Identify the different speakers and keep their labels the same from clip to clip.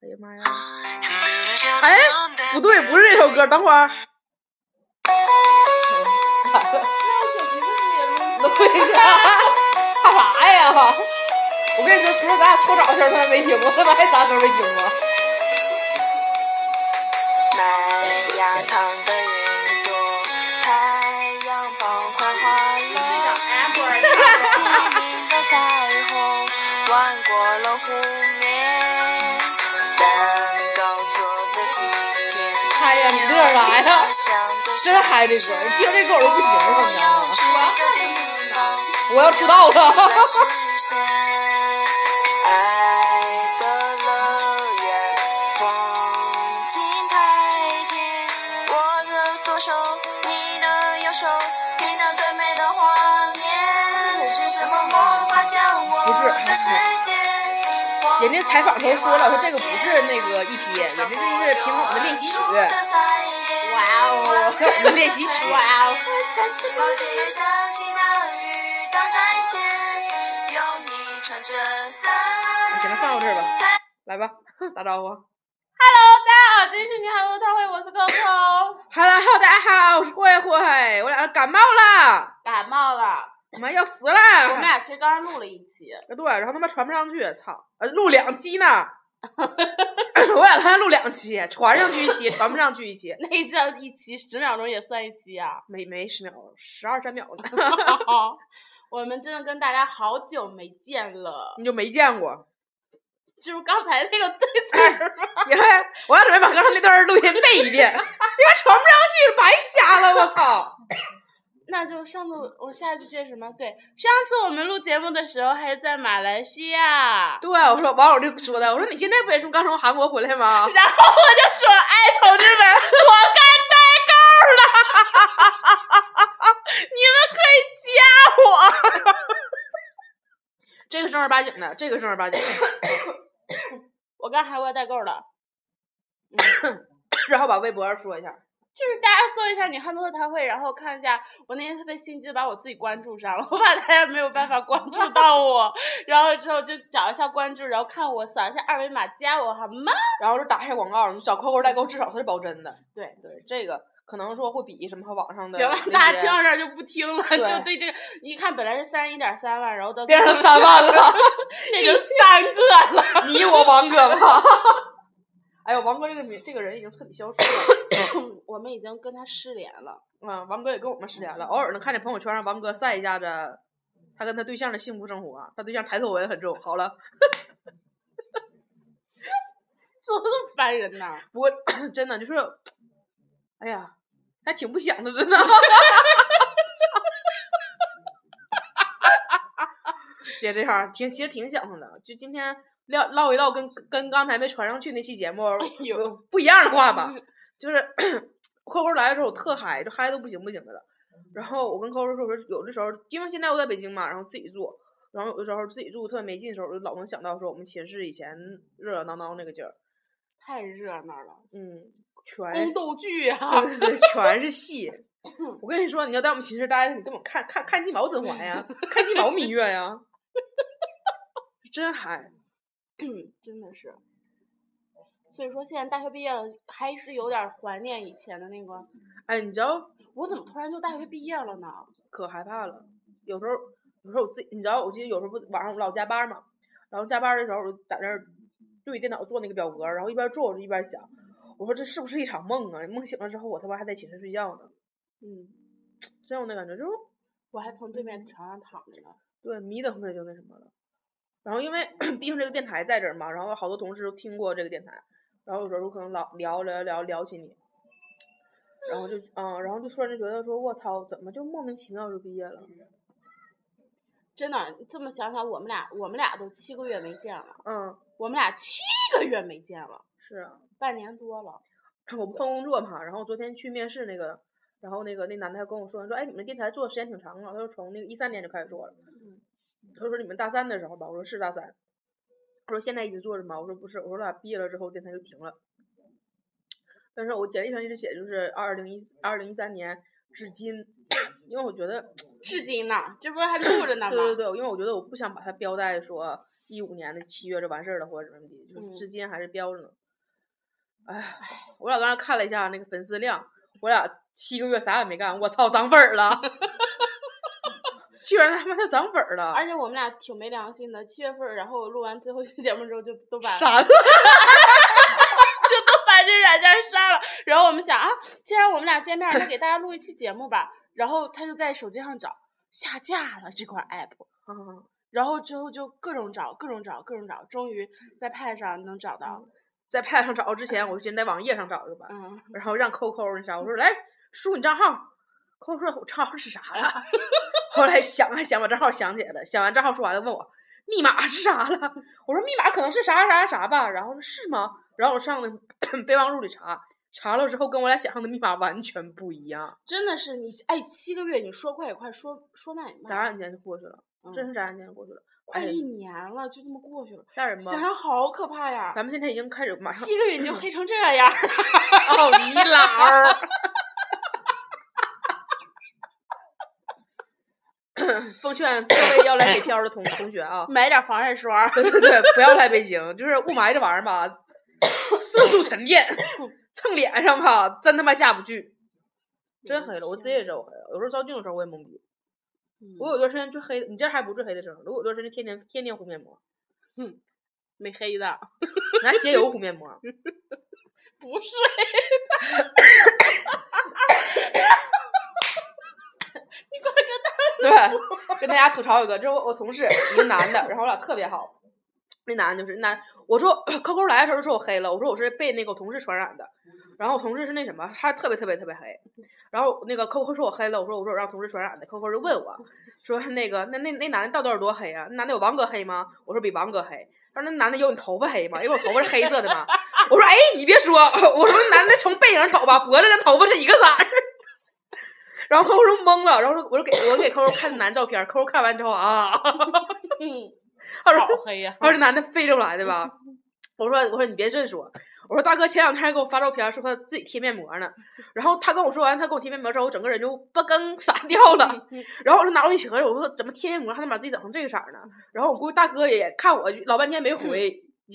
Speaker 1: 哎呀妈呀！哎，不对，不是这首歌，等会 儿。怕啥呀？我跟你说，除了咱俩搓澡的声，他还没听过，他妈还啥都没听过。
Speaker 2: 麦芽糖的云朵，太阳爆款花了，细密的彩虹弯过了湖面，蛋糕做的体贴，
Speaker 1: 哎呀，你乐啥呀？
Speaker 2: 真
Speaker 1: 真嗨这歌，听这歌我都不行了，你知道吗？ 我要出道
Speaker 2: 我
Speaker 1: 了。
Speaker 2: 实现爱的乐园，风景太甜。我的左手，你的右手，拼到最美的画面。是什么魔法将我的世界？
Speaker 1: 人家采访时候说了，说这个不是那个 EP，人家这就是平常我们的练习曲，哦
Speaker 2: 哇
Speaker 1: 这我们的练习曲。哦
Speaker 2: 我只想起那雨道再见，有你穿着伞。
Speaker 1: 你给他放到这儿吧，来吧，打招呼。
Speaker 3: Hello，大家好，这里是你好，我大会，我是 Coco。
Speaker 1: Hello，Hello，大家好，我是慧慧，我俩感冒了，
Speaker 3: 感冒了，
Speaker 1: 妈要死了。
Speaker 3: 我们俩其实刚才录了一期，
Speaker 1: 对，然后他妈传不上去，操，呃，录两期呢， 我俩刚才录两期，传上去一期，传不上去一期，
Speaker 3: 那一叫一期十秒钟也算一期啊。
Speaker 1: 没没十秒，十二三秒呢，
Speaker 3: 我们真的跟大家好久没见了，
Speaker 1: 你就没见过，
Speaker 3: 就是刚才那个对词儿吗？
Speaker 1: 因为哎我要准备把刚才那段录音背一 遍，因为传不上去，白瞎了，我操，
Speaker 3: 那就上次我下一句接什么？对，上次我们录节目的时候还是在马来西亚，
Speaker 1: 对，啊我说网友就说的，我说你现在不也从刚从韩国回来吗？
Speaker 3: 然后我就说，哎，同志们，我该待够了，你们可以加我。
Speaker 1: 这个正儿八经的，这个正儿八经的，
Speaker 3: 我刚韩国代购了，
Speaker 1: 然后把微博上说一下，
Speaker 3: 就是大家搜一下“你汉诺谈会”，然后看一下。我那天特别心机，把我自己关注上了，我怕大家没有办法关注到我，然后之后就找一下关注，然后看我扫一下二维码加我好吗？
Speaker 1: 然后就打一下广告，你找 QQ 代购，至少它是保真的，
Speaker 3: 对。
Speaker 1: 对，这个可能说会比什么网上的
Speaker 3: 行了
Speaker 1: 那，些
Speaker 3: 大家听到这儿就不听了，
Speaker 1: 对
Speaker 3: 就对这个一看本来是三十一点三万，然后到
Speaker 1: 变成三万 了，
Speaker 3: 变成三个了。
Speaker 1: 你我王哥吧。 哎呦，王哥这个名，这个人已经彻底消失了。
Speaker 3: 我们已经跟他失联了，
Speaker 1: 嗯，王哥也跟我们失联了，偶尔能看见朋友圈上王哥晒一下子他跟他对象的幸福生活、啊，他对象抬头纹很重。好了，
Speaker 3: 怎么这么烦人呢？
Speaker 1: 不过 真的就是，哎呀，还挺不想他的呢。别这样，挺其实挺想他的，就今天唠唠一唠跟跟刚才没传上去那期节目有不一样的话吧。 就是 扣扣来的时候，我特嗨，就嗨的不行不行的了。然后我跟扣扣说，我说有的时候，因为现在我在北京嘛，然后自己住，然后有的时候自己住特别没劲的时候，我就老能想到说我们寝室以前热热闹闹那个劲儿，
Speaker 3: 太热闹了，
Speaker 1: 嗯，全
Speaker 3: 宫斗剧啊！
Speaker 1: 对对对，全是 戏。我跟你说，你要在我们寝室待着，你根本看看看鸡毛甄嬛呀，看鸡毛芈月呀，真嗨。
Speaker 3: 嗯真的是。所以说，现在大学毕业了，还是有点儿怀念以前的那个。
Speaker 1: 哎，你知道
Speaker 3: 我怎么突然就大学毕业了呢？
Speaker 1: 可害怕了。有时候，有时候我自己，你知道，我记得有时候不晚上我老加班嘛，然后加班的时候我就在那儿对电脑做那个表格，然后一边做我就一边想，我说这是不是一场梦啊？梦醒了之后我他妈还在寝室睡觉呢，
Speaker 3: 嗯，
Speaker 1: 真有那感觉，就是
Speaker 3: 我还从对面床上躺着呢。
Speaker 1: 对迷瞪他就那什么了。然后因为 毕竟这个电台在这儿嘛，然后好多同事都听过这个电台，然后有时候可能老聊聊聊聊起你，然后就嗯，然后就突然就觉得说，我操，怎么就莫名其妙就毕业了？
Speaker 3: 真的，这么想想，我们俩我们俩都七个月没见了，
Speaker 1: 嗯，
Speaker 3: 我们俩七个月没见了，
Speaker 1: 是啊。
Speaker 3: 半年多了。
Speaker 1: 我不换工作嘛，然后昨天去面试那个，然后那个那男的还跟我说，说哎，你们电台做的时间挺长了，他说从那个一三年就开始做了，他说你们大三的时候吧，我说是大三，他说现在一直做着吗？我说不是，我说咱俩毕业了之后电台就停了，但是我简历上一直写的就是二零一二零一三年纸巾，因为我觉得，
Speaker 3: 至今呢，这不是还录着
Speaker 1: 对
Speaker 3: 呢吗？
Speaker 1: 对对，因为我觉得我不想把它标在说一五年的七月就完事儿了或者怎么地，就
Speaker 3: 嗯
Speaker 1: 是至今还是标着呢。哎、我俩刚才看了一下那个粉丝量，我俩七个月啥也没干，我操，涨粉儿了， 居然他妈的涨粉儿了，
Speaker 3: 而且我们俩挺没良心的，七月份儿，然后我录完最后一期节目之后就都把
Speaker 1: 删了。
Speaker 3: 就都 把这软件删了。然后我们想啊，既然我们俩见面儿，那给大家录一期节目吧。然后他就在手机上找，下架了这款 app。
Speaker 1: 嗯
Speaker 3: 然后之后就各种找，各种找，各种找，终于在派上能找到。
Speaker 1: 在 Pad 上找之前，我就先在网页上找一个吧，
Speaker 3: 嗯，
Speaker 1: 然后让扣扣那啥，我说来输你账号，扣扣说我账号是啥呀？ 后来想啊想，把账号想起来了，想完账号说完了，问我密码是啥了，我说密码可能是啥啥啥吧，然后说是吗？然后我上那 备忘录里查，查了之后跟我俩想象的密码完全不一样，
Speaker 3: 真的是你哎，七个月你说快也快，说说慢也慢，
Speaker 1: 眨眼间就过去了，
Speaker 3: 嗯
Speaker 1: 真是眨眼间就过去了，
Speaker 3: 快
Speaker 1: 哎
Speaker 3: 一年了，就这么过去了，
Speaker 1: 吓人
Speaker 3: 想
Speaker 1: 吗？
Speaker 3: 想好可怕呀！
Speaker 1: 咱们现在已经开始马上
Speaker 3: 七个月你就黑 成这样儿
Speaker 1: 哦，你老儿。奉劝各位要来北漂的同同学啊，
Speaker 3: 买点防晒霜儿。
Speaker 1: 对对对，不要来北京，就是雾霾这玩意儿 吧，色素沉 淀，蹭脸上吧，真他妈下不去，真黑了，我自己也招黑了。有时候照镜子的时候我也懵逼。
Speaker 3: 嗯
Speaker 1: 我有段时间最黑的，你这还不是最黑的时候，我有段时间天天天天敷面膜，
Speaker 3: 没黑的，
Speaker 1: 拿鞋油敷面 膜，
Speaker 3: 不是。你快跟他
Speaker 1: 对，跟大家吐槽一个，这是我我同事一个男的，然后我俩特别好。那男的就是那男，我说 QQ 来的时候就说我黑了，我说我是被那个我同事传染的，然后我同事是那什么，他特别特别特别黑，然后那个 QQ 说我黑了，我说我说我让同事传染的，QQ 就问我说那个那那那男的到底有多黑啊？那男的有王哥黑吗？我说比王哥黑。他说那男的有你头发黑吗？因为我头发是黑色的嘛。我说哎，你别说，我说那男的从背影瞅吧，脖子跟头发是一个色儿。 然后 QQ 就懵了，然后说我就给我给 QQ 看男照片，QQ 看完之后啊， 嗯他说
Speaker 3: 好黑呀、
Speaker 1: 他说这男的飞着来的吧？ 我说我说你别这么说，我说大哥前两天还给我发照片说他自己贴面膜 呢，然后他跟我说完他给我贴面膜之后，我整个人就不更傻掉了。 然后我就拿过一合计，我说怎么贴面膜还能把自己整成这个色儿呢？然后我估计大哥也看我老半天没回，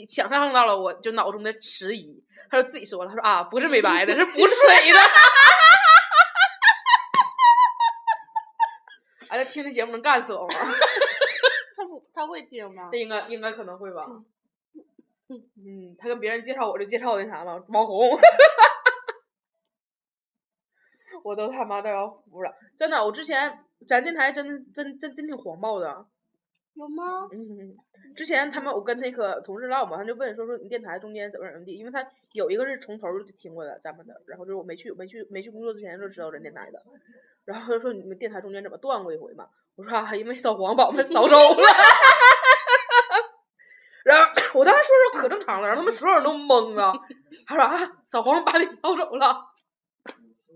Speaker 1: 想象到了我就脑中的迟疑，他就自己说了，他说啊不是美白的，是补水的。 哎，他听这节目能干死我吗？
Speaker 3: 他不他会听吗
Speaker 1: 这？应该应该可能会吧。嗯，他跟别人介绍我就介绍那啥嘛，网红， 我都他妈都要服了。真的，我之前咱电台真的真真真挺黄暴的。
Speaker 3: 有吗？
Speaker 1: 嗯，之前他们我跟那个同事唠嘛，他就问说说你电台中间怎么怎么地，因为他有一个是从头儿就听过的咱们的，然后就是我没去没去没去工作之前就知道人电台的，然后他就说你们电台中间怎么断过一回嘛，我说啊，因为扫黄把我们扫走了。 然后 我当时说说可正常了，然后他们所有人都懵了。他说啊，扫黄把你扫走了。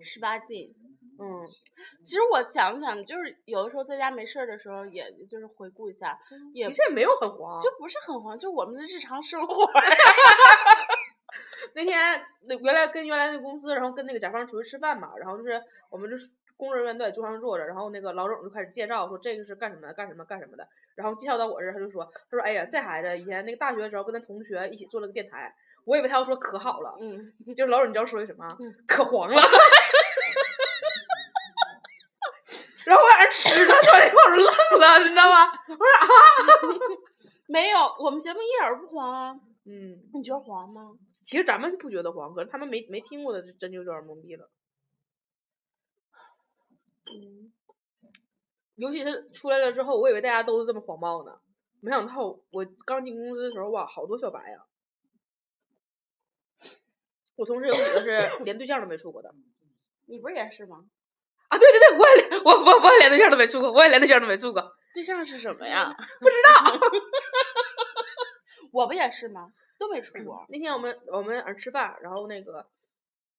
Speaker 3: 十八禁。
Speaker 1: 嗯，
Speaker 3: 其实我想想，就是有的时候在家没事儿的时候，也就是回顾一下，也
Speaker 1: 其实也没有很黄。
Speaker 3: 就不是很黄，就我们的日常生活儿。
Speaker 1: 那天那原来跟原来那公司，然后跟那个甲方出去吃饭嘛，然后就是我们就是工作人员都在桌上坐着，然后那个老总就开始介绍说这个是干什么的，干什么干什么的，然后介绍到我这儿，他就说他说哎呀这孩子以前那个大学的时候跟他同学一起做了个电台，我以为他要说可好了，
Speaker 3: 嗯，
Speaker 1: 就是老总你知道说的什么
Speaker 3: 嗯？
Speaker 1: 可黄了。 然后我在那吃呢，他那块儿愣了，你知道吗？
Speaker 3: 没有，我们节目一点儿不黄啊。
Speaker 1: 嗯，
Speaker 3: 你觉得黄吗？
Speaker 1: 其实咱们不觉得黄，可是他们没没听过的，真就有点儿懵逼了。
Speaker 3: 嗯，
Speaker 1: 尤其是出来了之后，我以为大家都是这么黄暴呢，没想到我刚进公司的时候，哇，好多小白呀、啊我同事有几个是连对象都没处过的
Speaker 3: 你不是也是吗？
Speaker 1: 啊！对对对，我也连我我我也连对象都没处过，我也连对象都没处过。
Speaker 3: 对象是什么呀？
Speaker 1: 不知道。
Speaker 3: 我不也是吗？都没出过。
Speaker 1: 那天我们我们俺吃饭，然后那个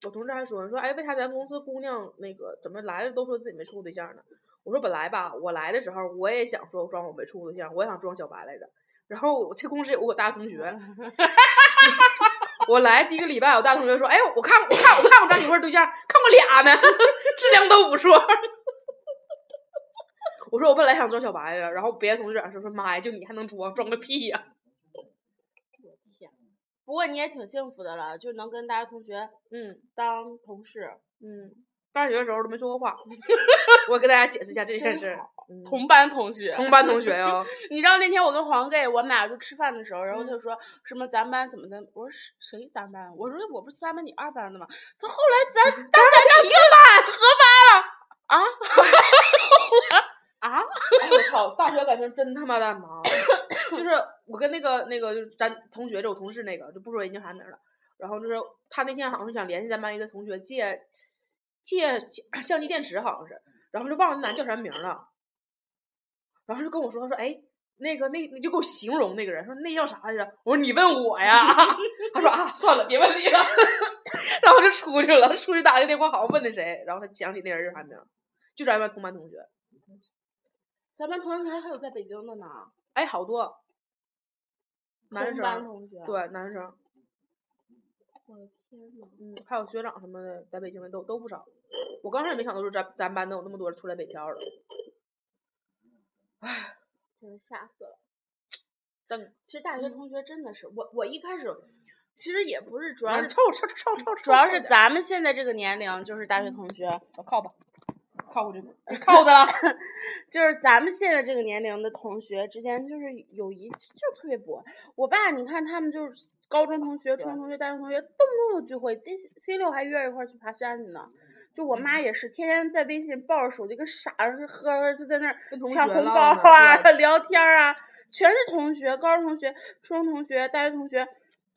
Speaker 1: 我同事还说说，哎，为啥咱们公司姑娘那个怎么来了都说自己没处过对象呢？我说本来吧，我来的时候我也想说装我没处过对象，我也想装小白来着。然后这公司有个大学同学，我来第一个礼拜，我大同学说：“哎，我看我看我看我张女朋友对象，看过俩呢，质量都不错。” 我说我本来想装小白的，然后别的同事在说说妈呀，就你还能装，装个屁呀、
Speaker 3: 不过你也挺幸福的了，就能跟大学同学
Speaker 1: 嗯
Speaker 3: 当同事，
Speaker 1: 嗯，上学的时候都没说过 话。我给大家解释一下这件
Speaker 3: 真
Speaker 1: 事儿，嗯
Speaker 3: 同班同学。
Speaker 1: 同班同学哦哟、
Speaker 3: 你知道那天我跟黄盖，我们俩就吃饭的时候，然后
Speaker 1: 嗯
Speaker 3: 他就说什么咱班怎么的？我说谁谁咱班？啊我说我不是三班你二班的吗？他后来 咱大三到四班合班了啊啊！
Speaker 1: 哎我操，大学感情真他妈的忙， 就是我跟那个那个就是咱同学，就我同事那个就不说人叫啥名儿了，然后就是他那天好像是想联系咱班一个同学借借借相机电池好像是，然后就忘了那男叫啥名儿了，然后就跟我说说哎。那个那那就给我形容那个人，说那叫啥来着？我说你问我呀， 他说啊，算了，别问你了， 然后就出去了，出去打个电话，好像问的谁，然后他想起那人叫啥名儿，就咱班同班同学，
Speaker 3: 咱班同学还有在北京的呢，
Speaker 1: 哎，好多男
Speaker 3: 同班
Speaker 1: 生，
Speaker 3: 同学。，
Speaker 1: 对男生，
Speaker 3: 我的天呐，
Speaker 1: 嗯，还有学长什么的，在北京的都都不少。我刚才也没想到说咱咱班能有那么多人出来北漂了。
Speaker 3: 真是吓死了。嗯
Speaker 1: 真
Speaker 3: 其实大学同学真的是，我我一开始其实也不是，主
Speaker 1: 主嗯
Speaker 3: 要是
Speaker 1: 哎臭臭臭臭臭，
Speaker 3: 主要是咱们现在这个年龄，就是大学同学，
Speaker 1: 我靠吧， 靠过去吧。
Speaker 3: 靠的了， 就是咱们现在这个年龄的同学之间，就是友谊就特别薄。我爸，你看他们就是高中同学、初中同学、大学同学，动不动就聚会，星期星期六还约一块儿去爬山去呢。就我妈也是，天天在微信抱着手机跟傻子呵呵，就在那儿
Speaker 1: 跟同
Speaker 3: 抢
Speaker 1: 学
Speaker 3: 红
Speaker 1: 唠
Speaker 3: 包
Speaker 1: 呢
Speaker 3: 啊、
Speaker 1: 对
Speaker 3: 聊天儿啊，全是同学，高中同学、初中同学、大学同学。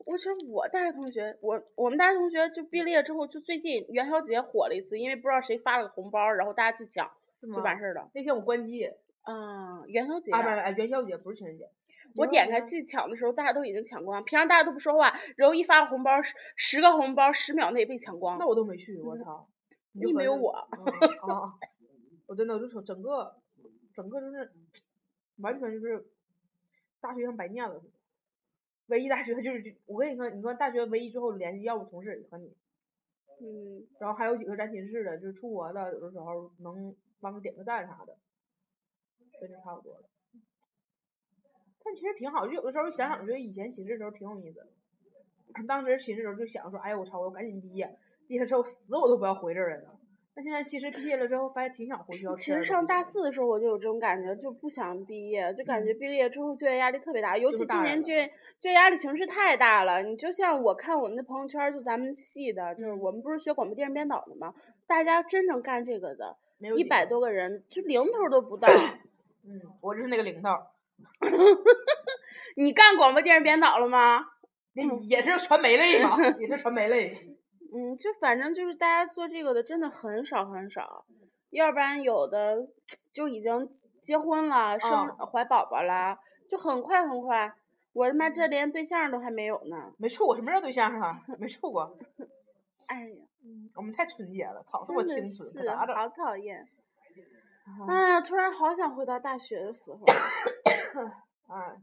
Speaker 3: 我觉得我大学同学，我我们大学同学就毕了业之后，就最近元宵节火了一次，因为不知道谁发了个红包，然后大家去抢，就完事儿了。
Speaker 1: 那天我关机，
Speaker 3: 嗯，元宵节
Speaker 1: 啊
Speaker 3: 啊
Speaker 1: 不不，不元宵节不是情人节。元
Speaker 3: 我
Speaker 1: 宵
Speaker 3: 点
Speaker 1: 节
Speaker 3: 开去抢的时候，大家都已经抢光，平常大家都不说话，然后一发红包，十十个红包十秒内被抢光
Speaker 1: 那。我都没去，我操！
Speaker 3: 你
Speaker 1: 就
Speaker 3: 没有
Speaker 1: 合着
Speaker 3: 我
Speaker 1: 啊啊！啊我真的我就说整个整个就是完全就是大学像白念了似的。唯一大学就是这我跟你说，你说大学唯一最后联系，要不同事和你，
Speaker 3: 嗯，
Speaker 1: 然后还有几个咱寝室的，就是出国的，有的时候能帮个点个赞啥的，这就差不多了。但其实挺好，就有的时候想想，觉得以前寝室的时候挺有意思的。当时寝室的时候就想说，哎呀，我操，我赶紧毕业，毕业之后死我都不要回这儿来了。但现在其实毕业了之后，发现挺想回学校
Speaker 3: 其
Speaker 1: 吃
Speaker 3: 实
Speaker 1: 的东西的。
Speaker 3: 上大四的时候我就有这种感觉，就不想毕业，就感觉毕了业之后就业压力特别大，尤
Speaker 1: 就
Speaker 3: 其
Speaker 1: 是大
Speaker 3: 今
Speaker 1: 人了
Speaker 3: 年嗯就业就业压力形势太大了。你就像我看我们的朋友圈儿，就咱们系的，就是我们不是学广播电视编导的嘛，大家真正干这个的，
Speaker 1: 没有
Speaker 3: 一
Speaker 1: 几
Speaker 3: 百
Speaker 1: 个，
Speaker 3: 多个人，就零头儿都 不到。
Speaker 1: 嗯，我就是那个零头儿，
Speaker 3: 你干广播电视编导了吗？
Speaker 1: 也是传媒类 嘛，也是传媒类。
Speaker 3: 嗯，就反正就是大家做这个的真的很少很少，要不然有的就已经结婚了，生、
Speaker 1: 嗯
Speaker 3: 怀宝宝啦，就很快很快。我他妈这
Speaker 1: 嗯
Speaker 3: 连对象都还没有呢，
Speaker 1: 没处过什么样对象啊？没处过，
Speaker 3: 哎呀，
Speaker 1: 我们太纯洁了，操，这
Speaker 3: 真
Speaker 1: 么
Speaker 3: 的
Speaker 1: 清纯，可
Speaker 3: 是
Speaker 1: 咋整？
Speaker 3: 好讨厌。
Speaker 1: 啊
Speaker 3: 哎呀，突然好想回到大学的时候。
Speaker 1: 哎，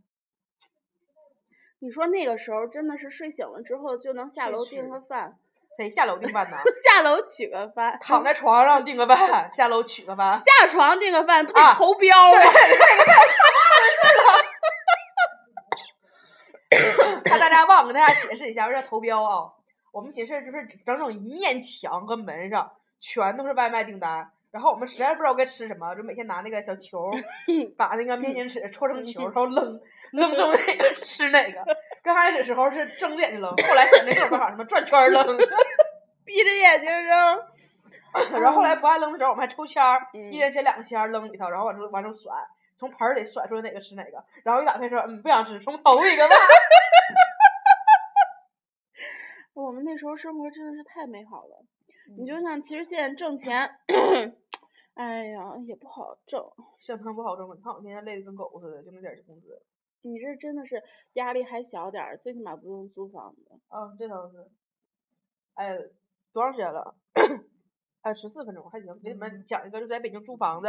Speaker 3: 你说那个时候真的是睡醒了之后就能下
Speaker 1: 是
Speaker 3: 楼
Speaker 1: 是
Speaker 3: 订个饭，
Speaker 1: 谁下楼订饭呢？
Speaker 3: 下楼取个饭，
Speaker 1: 躺在床上订个饭，下楼取个饭。
Speaker 3: 下床订个饭，不得
Speaker 1: 啊
Speaker 3: 投标吗？
Speaker 1: 怕大家忘，给大家解释一下，为啥投标啊？我们寝室就是整整一面墙和门上全都是外卖订单，然后我们实在不知道该吃什么，就每天拿那个小球 儿，把那个面巾纸搓成
Speaker 3: 嗯
Speaker 1: 球儿，然后扔扔中哪个吃哪个。刚开始时候是睁着眼睛扔，后来想那种办法，什么转圈儿扔，
Speaker 3: 闭着眼睛扔。
Speaker 1: 然后后来不爱扔的时候，我们还抽签儿，
Speaker 3: 嗯
Speaker 1: 一人写两个签儿扔里头，然后往出往出甩，从盆儿里甩出来哪个吃哪个，然后一打开说嗯不想吃，重投一个吧。
Speaker 3: 我们那时候生活真的是太美好了。你
Speaker 1: 嗯
Speaker 3: 就像，其实现在挣钱，哎呀，也不好挣。
Speaker 1: 相当不好挣了。你看我天天累得跟狗似的，就那点儿工资。
Speaker 3: 你这真的是压力还小点儿，最起码不用租房子。
Speaker 1: 啊，这倒是。哎，多长时间了？哎，十四分钟还行。给你们讲一个，就在北京租房子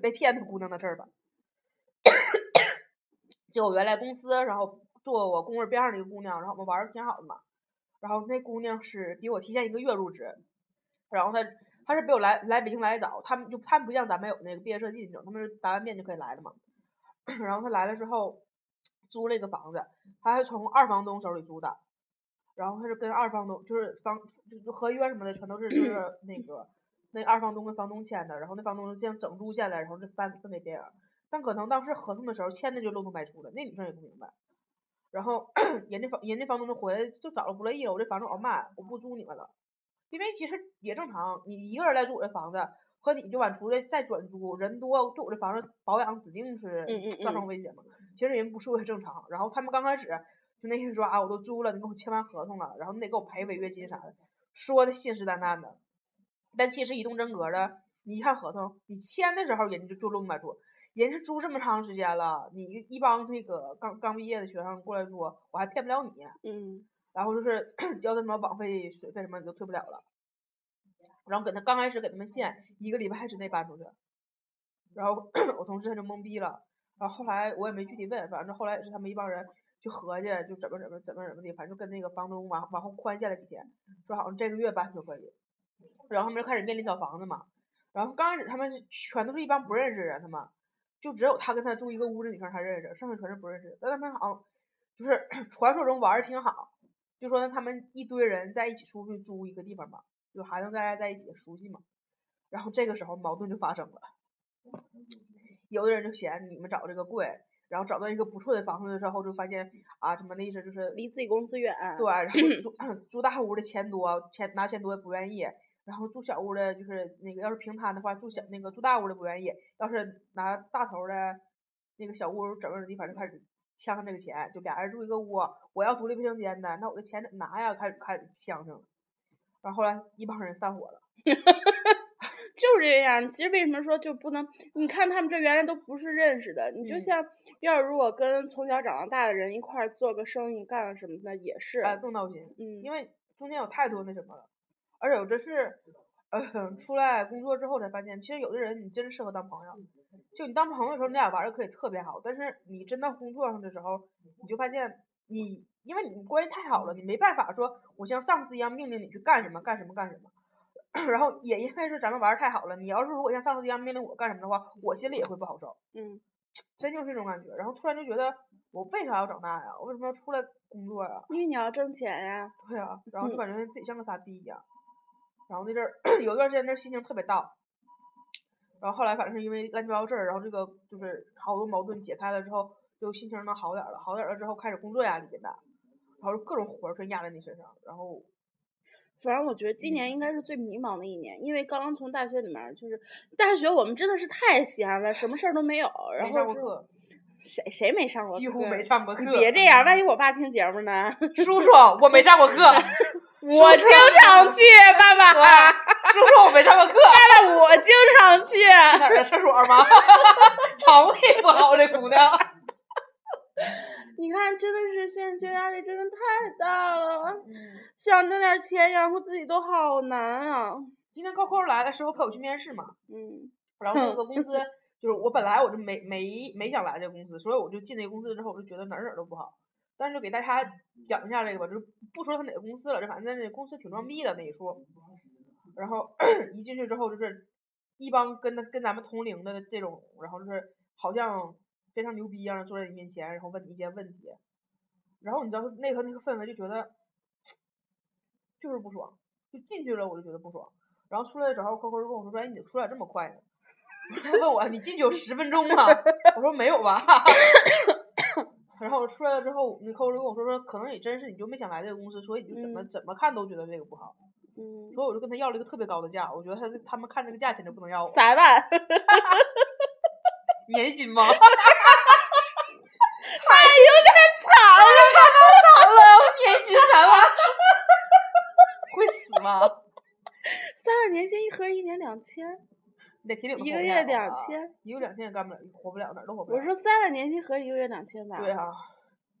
Speaker 1: 被骗的姑娘的事儿吧。就我原来公司，然后住我工位边上的一个姑娘，然后我们玩的挺好的嘛。然后那姑娘是比我提前一个月入职，然后她她是比我来来北京来得早，他们就他们不像咱们有那个毕业设计那种，他们是答完辩就可以来的嘛。 然后她来了之后，租了一个房子，她是从二房东手里租的，然后她是跟二房东就是房就就合约什么的全都是就是那个那二房东跟房东签的，然后那房东就先整租下来，然后就分分给别人。但可能当时合同的时候签的就漏洞百出了，那女生也不明白。然后 人家房人家房东就回来就早就不乐意了，我这房子我要卖，我不租你们了，因为其实也正常，你一个人来住我这房子，和你就往出来再转租，人多对我这房子保养指定是
Speaker 3: 嗯嗯
Speaker 1: 造
Speaker 3: 嗯
Speaker 1: 成威胁嘛。其实人不住也正常。然后他们刚开始就那些说啊，我都租了，你给我签完合同了，然后你得给我赔违约金啥的，说的信誓旦旦的，但其实一动真格的，你一看合同，你签的时候人家就就漏洞百出，人是租这么长时间了，你一一帮那个刚刚毕业的学生过来说，我还骗不了你，
Speaker 3: 嗯，
Speaker 1: 然后就是 交的什么网费、水费什么你都退不了了，然后给他刚开始给他们限一个礼拜之内搬出去，然后 我同事他就懵逼了，然后后来我也没具体问，反正后来也是他们一帮人就合计就怎么怎么怎么怎么的，反正就跟那个房东往往后宽限了几天，说好像这个月搬就可以，然后他们就开始面临找房子嘛，然后刚开始他们是全都是一帮不认识的人，他们就只有他跟他住一个屋的女生他认识，剩下全是不认识的，但他们好像就是 传说中玩儿的挺好。就说他们一堆人在一起出去租一个地方嘛，就还能大家在一起熟悉嘛。然后这个时候矛盾就发生了，有的人就嫌你们找这个贵，然后找到一个不错的房子之后，就发现啊，什么那意思就是
Speaker 3: 离自己公司远。啊
Speaker 1: 对，然后 住住大屋的钱多，钱拿钱多不愿意，然后住小屋的，就是那个要是平摊的话，住小那个住大屋的不愿意，要是拿大头儿的那个小屋怎么怎么地，反正开始呛上这个钱，就俩人住一个屋，我要独立卫生间的，那我这钱怎么拿呀？开始开始呛上了，然后后来一帮人散伙了，
Speaker 3: 就这样。其实为什么说就不能？你看他们这原来都不是认识的，你就
Speaker 1: 嗯
Speaker 3: 像要是如果跟从小长到大的人一块儿做个生意干了什么的，也是，
Speaker 1: 啊、更闹心，
Speaker 3: 嗯，
Speaker 1: 因为中间有太多那什么了，而且我这是。呃，出来工作之后才发现，其实有的人你真适合当朋友，就你当朋友的时候，你俩玩的可以特别好，但是你真到工作上的时候，你就发现你因为你关系太好了，你没办法说我像上司一样命令你去干什么干什么干什么。然后也因为是咱们玩的太好了，你要是如果像上司一样命令我干什么的话，我心里也会不好受，
Speaker 3: 嗯
Speaker 1: 真就是这种感觉。然后突然就觉得我为啥要长大呀？我为什么要出来工作呀？
Speaker 3: 因为你要挣钱呀、
Speaker 1: 对啊，然后就
Speaker 3: 嗯
Speaker 1: 感觉自己像个傻逼一样。然后那阵儿 有一段时间，那心情特别大。然后后来反正是因为乱七八糟事儿，然后这个就是好多矛盾解开了之后，就心情能好点儿了。好点儿了之后，开始工作压力变大，然后各种活儿全压在你身上。然后
Speaker 3: 反正我觉得今
Speaker 1: 嗯
Speaker 3: 年应该是最迷茫的一年，因为刚刚从大学里面儿就是大学我们真的是太闲了，什么事儿都没有。然
Speaker 1: 没上过
Speaker 3: 后是
Speaker 1: 课，
Speaker 3: 谁谁没上过
Speaker 1: 几
Speaker 3: 课？
Speaker 1: 乎没上过课。嗯
Speaker 3: 你别这样，万一我爸听节目 呢？
Speaker 1: 叔叔，我没上过 课。
Speaker 3: 我经常去，爸 爸，
Speaker 1: 啊
Speaker 3: 爸
Speaker 1: 叔叔，我没上过课。
Speaker 3: 爸，我经常去。
Speaker 1: 哪儿的厕所吗？ 肠胃不好，这姑娘。
Speaker 3: 你看，真的是现在
Speaker 1: 嗯
Speaker 3: 就业压力真的太大了，想挣点钱养活自己都好难啊。
Speaker 1: 今天扣扣来了，师傅陪我去面试嘛。
Speaker 3: 嗯
Speaker 1: 然后那个公司就是我本来我就没没没想来这个公司，所以我就进这个公司之后，我就觉得哪儿哪儿都不好。但是就给大家讲一下这个吧，就是不说他哪个公司了，就反正这公司挺装逼的那一说。然后 一进去之后，就是一帮跟他跟咱们同龄的这种，然后就是好像非常牛逼一样地坐在你面前，然后问你一些问题。然后你知道那个那个氛围就觉得 就是不爽，就进去了我就觉得不爽。然后出来的时候，扣扣就跟我说说：“哎，你出来这么快呢？”问我你进去有十分钟吗？我说没有吧。 然后我出来了之后，那客户就跟我说说，可能也真是你就没想来这个公司，所以你就怎么、
Speaker 3: 嗯
Speaker 1: 怎么看都觉得这个不好。
Speaker 3: 嗯，
Speaker 1: 所以我就跟他要了一个特别高的价，我觉得他他们看这个价钱就不能要我
Speaker 3: 三 万，
Speaker 1: 年薪 吗？
Speaker 3: 哎，有点惨了，
Speaker 1: 年薪什么？ 会死吗？
Speaker 3: 三万年薪一合一年两千，
Speaker 1: 你得提领
Speaker 3: 一个月两，
Speaker 1: 啊
Speaker 3: 千。
Speaker 1: 一个月两千也干不了，活不了，哪儿都活不了。
Speaker 3: 我说三万年薪合一个月两千吧，
Speaker 1: 对啊，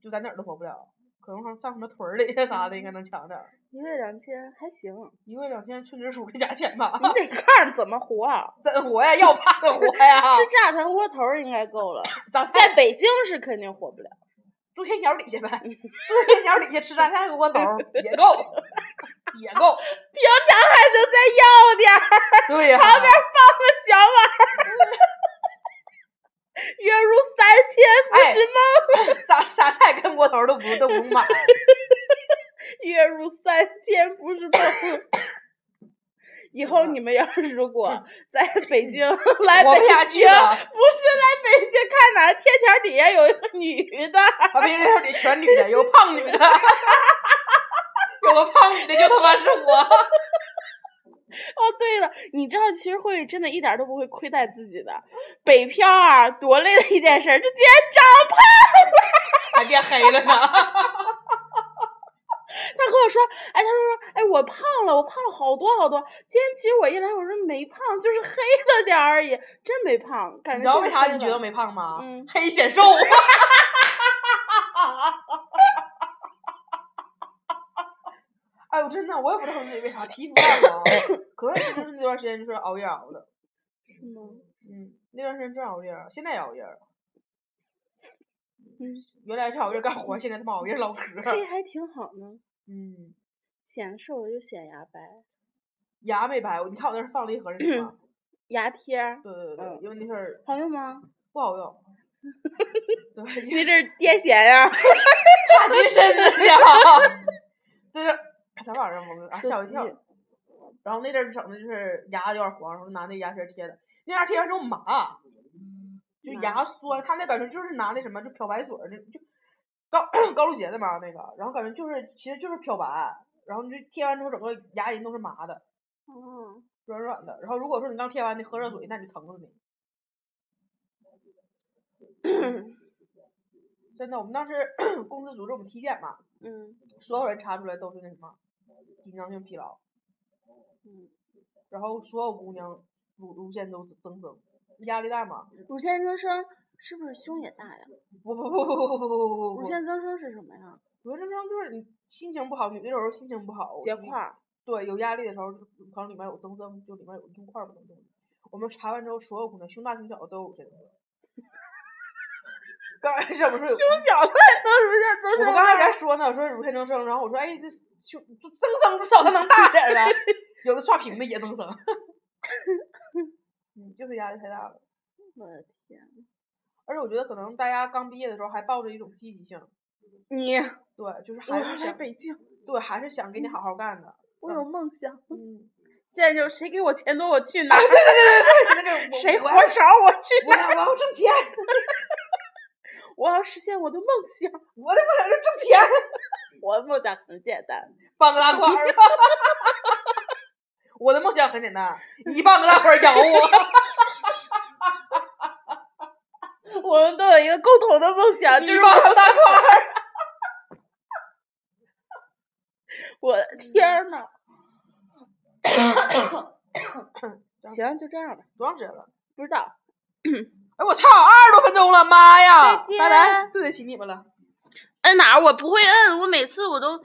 Speaker 1: 就咱哪儿都活不了，可能上上什么屯儿里呀啥的应该能强点儿。
Speaker 3: 一个月两千还 行，
Speaker 1: 一个月两千纯直属的价钱吧，
Speaker 3: 你得看怎么活啊。
Speaker 1: 怎活呀？ 要怕怎活呀？
Speaker 3: 吃榨糖窝头儿应该够了，
Speaker 1: 榨菜
Speaker 3: 在北京是肯定活不了。
Speaker 1: 住天桥底下呗，
Speaker 3: 嗯
Speaker 1: 住天桥底下吃榨菜和窝头 儿也够，也够。
Speaker 3: 平常还能再要点儿，
Speaker 1: 对呀、
Speaker 3: 旁边放个小碗儿， 哎月入三千不是梦，
Speaker 1: 榨榨菜跟窝头儿都不都不用买，
Speaker 3: 月入三千不是梦。 以后你们要是如 果在北京来
Speaker 1: 活
Speaker 3: 北
Speaker 1: 不下去
Speaker 3: 京，
Speaker 1: 了
Speaker 3: 不是来北京看哪儿，天桥底下有一个女的，
Speaker 1: 旁边那里全女的，有胖女的，有个胖女的就他妈是我。
Speaker 3: 哦，对了，你知道，其实慧慧真的一点儿都不会亏待自己的。北漂啊，多累的一件事儿，就竟然长胖。
Speaker 1: 还变黑了呢。
Speaker 3: 他跟我说，哎，他说，哎，我胖了，我胖了好多好多。今天其实我一来，我说没胖，就是黑了点儿而已，真没胖。感
Speaker 1: 你
Speaker 3: 觉
Speaker 1: 知道
Speaker 3: 就是
Speaker 1: 为啥
Speaker 3: 黑
Speaker 1: 你觉得
Speaker 3: 了
Speaker 1: 没胖吗？
Speaker 3: 嗯
Speaker 1: 黑显瘦。 哎呦，真的，我也不知道自己为啥皮肤淡了啊，可能就是那段时间就是熬夜熬的。
Speaker 3: 是吗？
Speaker 1: 嗯，那段时间真熬夜，现在也熬夜了。
Speaker 3: 嗯，
Speaker 1: 原来是熬夜干活，现在他妈熬夜唠嗑。
Speaker 3: 黑还挺好呢，
Speaker 1: 嗯，
Speaker 3: 显瘦又显牙白，
Speaker 1: 牙没白，我你看我那儿放了一盒那什么，
Speaker 3: 牙贴儿
Speaker 1: 对对对
Speaker 3: 嗯，
Speaker 1: 因为那阵儿
Speaker 3: 好用吗？
Speaker 1: 不好 用。对，
Speaker 3: 你这是癫痫呀？
Speaker 1: 大金身子去， 就是啥玩意儿？我们啊吓我一跳
Speaker 3: 手。
Speaker 1: 然后那阵儿整的就是牙有点黄，然后拿那牙签贴的，那牙贴完之后麻，就
Speaker 3: 麻
Speaker 1: 牙酸。他那感觉就是拿那什么，就漂白水儿，那就高 高露洁的嘛那个，然后感觉就是其实就是漂白，然后你就贴完之后整个牙龈都是麻的，
Speaker 3: 嗯，
Speaker 1: 软软的。然后如果说你刚贴完，你喝热水，那你疼死你。真的，我们当时公司组织我们体检嘛，
Speaker 3: 嗯
Speaker 1: 所有人查出来都是那什么紧张性疲劳，
Speaker 3: 嗯，
Speaker 1: 然后所有姑娘乳乳腺都增增，压力大嘛？
Speaker 3: 乳腺增生是不是胸也大呀？
Speaker 1: 不不不不不不不不不
Speaker 3: 乳
Speaker 1: 不，
Speaker 3: 腺增生是什么呀？
Speaker 1: 乳腺增生就是你心情不好，有的时候心情不好，
Speaker 3: 结
Speaker 1: 你
Speaker 3: 块儿。
Speaker 1: 对，有压力的时候，可能里面有增生，就里面有硬块儿不能动。我们查完之后，所有姑娘胸大胸小的都有这个。刚开始我 们说有，
Speaker 3: 小了也能乳腺增
Speaker 1: 我们刚开始还说呢，我说乳腺增生，然后我说哎，这胸就增生，至少它能大点儿呗。有的刷屏的也增生，嗯，就是压力太大了。
Speaker 3: 我的天，
Speaker 1: 而且我觉得可能大家刚毕业的时候还抱着一种积极性，
Speaker 3: 你
Speaker 1: 对，就是还
Speaker 3: 我
Speaker 1: 是
Speaker 3: 来
Speaker 1: 想
Speaker 3: 北京，
Speaker 1: 对，还是想给
Speaker 3: 嗯
Speaker 1: 你好好干的。
Speaker 3: 我有梦想。
Speaker 1: 嗯，
Speaker 3: 现在就是谁给我钱多我去
Speaker 1: 啊
Speaker 3: 哪儿， 谁活
Speaker 1: 我要
Speaker 3: 少我去
Speaker 1: 我要我要挣钱，
Speaker 3: 哪儿，我要实现我的梦想。
Speaker 1: 我的梦想是挣钱，
Speaker 3: 我的梦想很简单，
Speaker 1: 半个大块儿。我的梦想很简单，一半个大块儿 养活我。
Speaker 3: 我们都有一个共同的梦想，就是
Speaker 1: 一半个大块儿，
Speaker 3: 我的 天呐。 行，就这样吧，
Speaker 1: 多长时间了？
Speaker 3: 不知道。
Speaker 1: 哎，我操，二十多分钟了，妈呀！
Speaker 3: 再见
Speaker 1: 拜拜，对得起你们了。
Speaker 3: 摁哪儿？我不会摁，我每次我都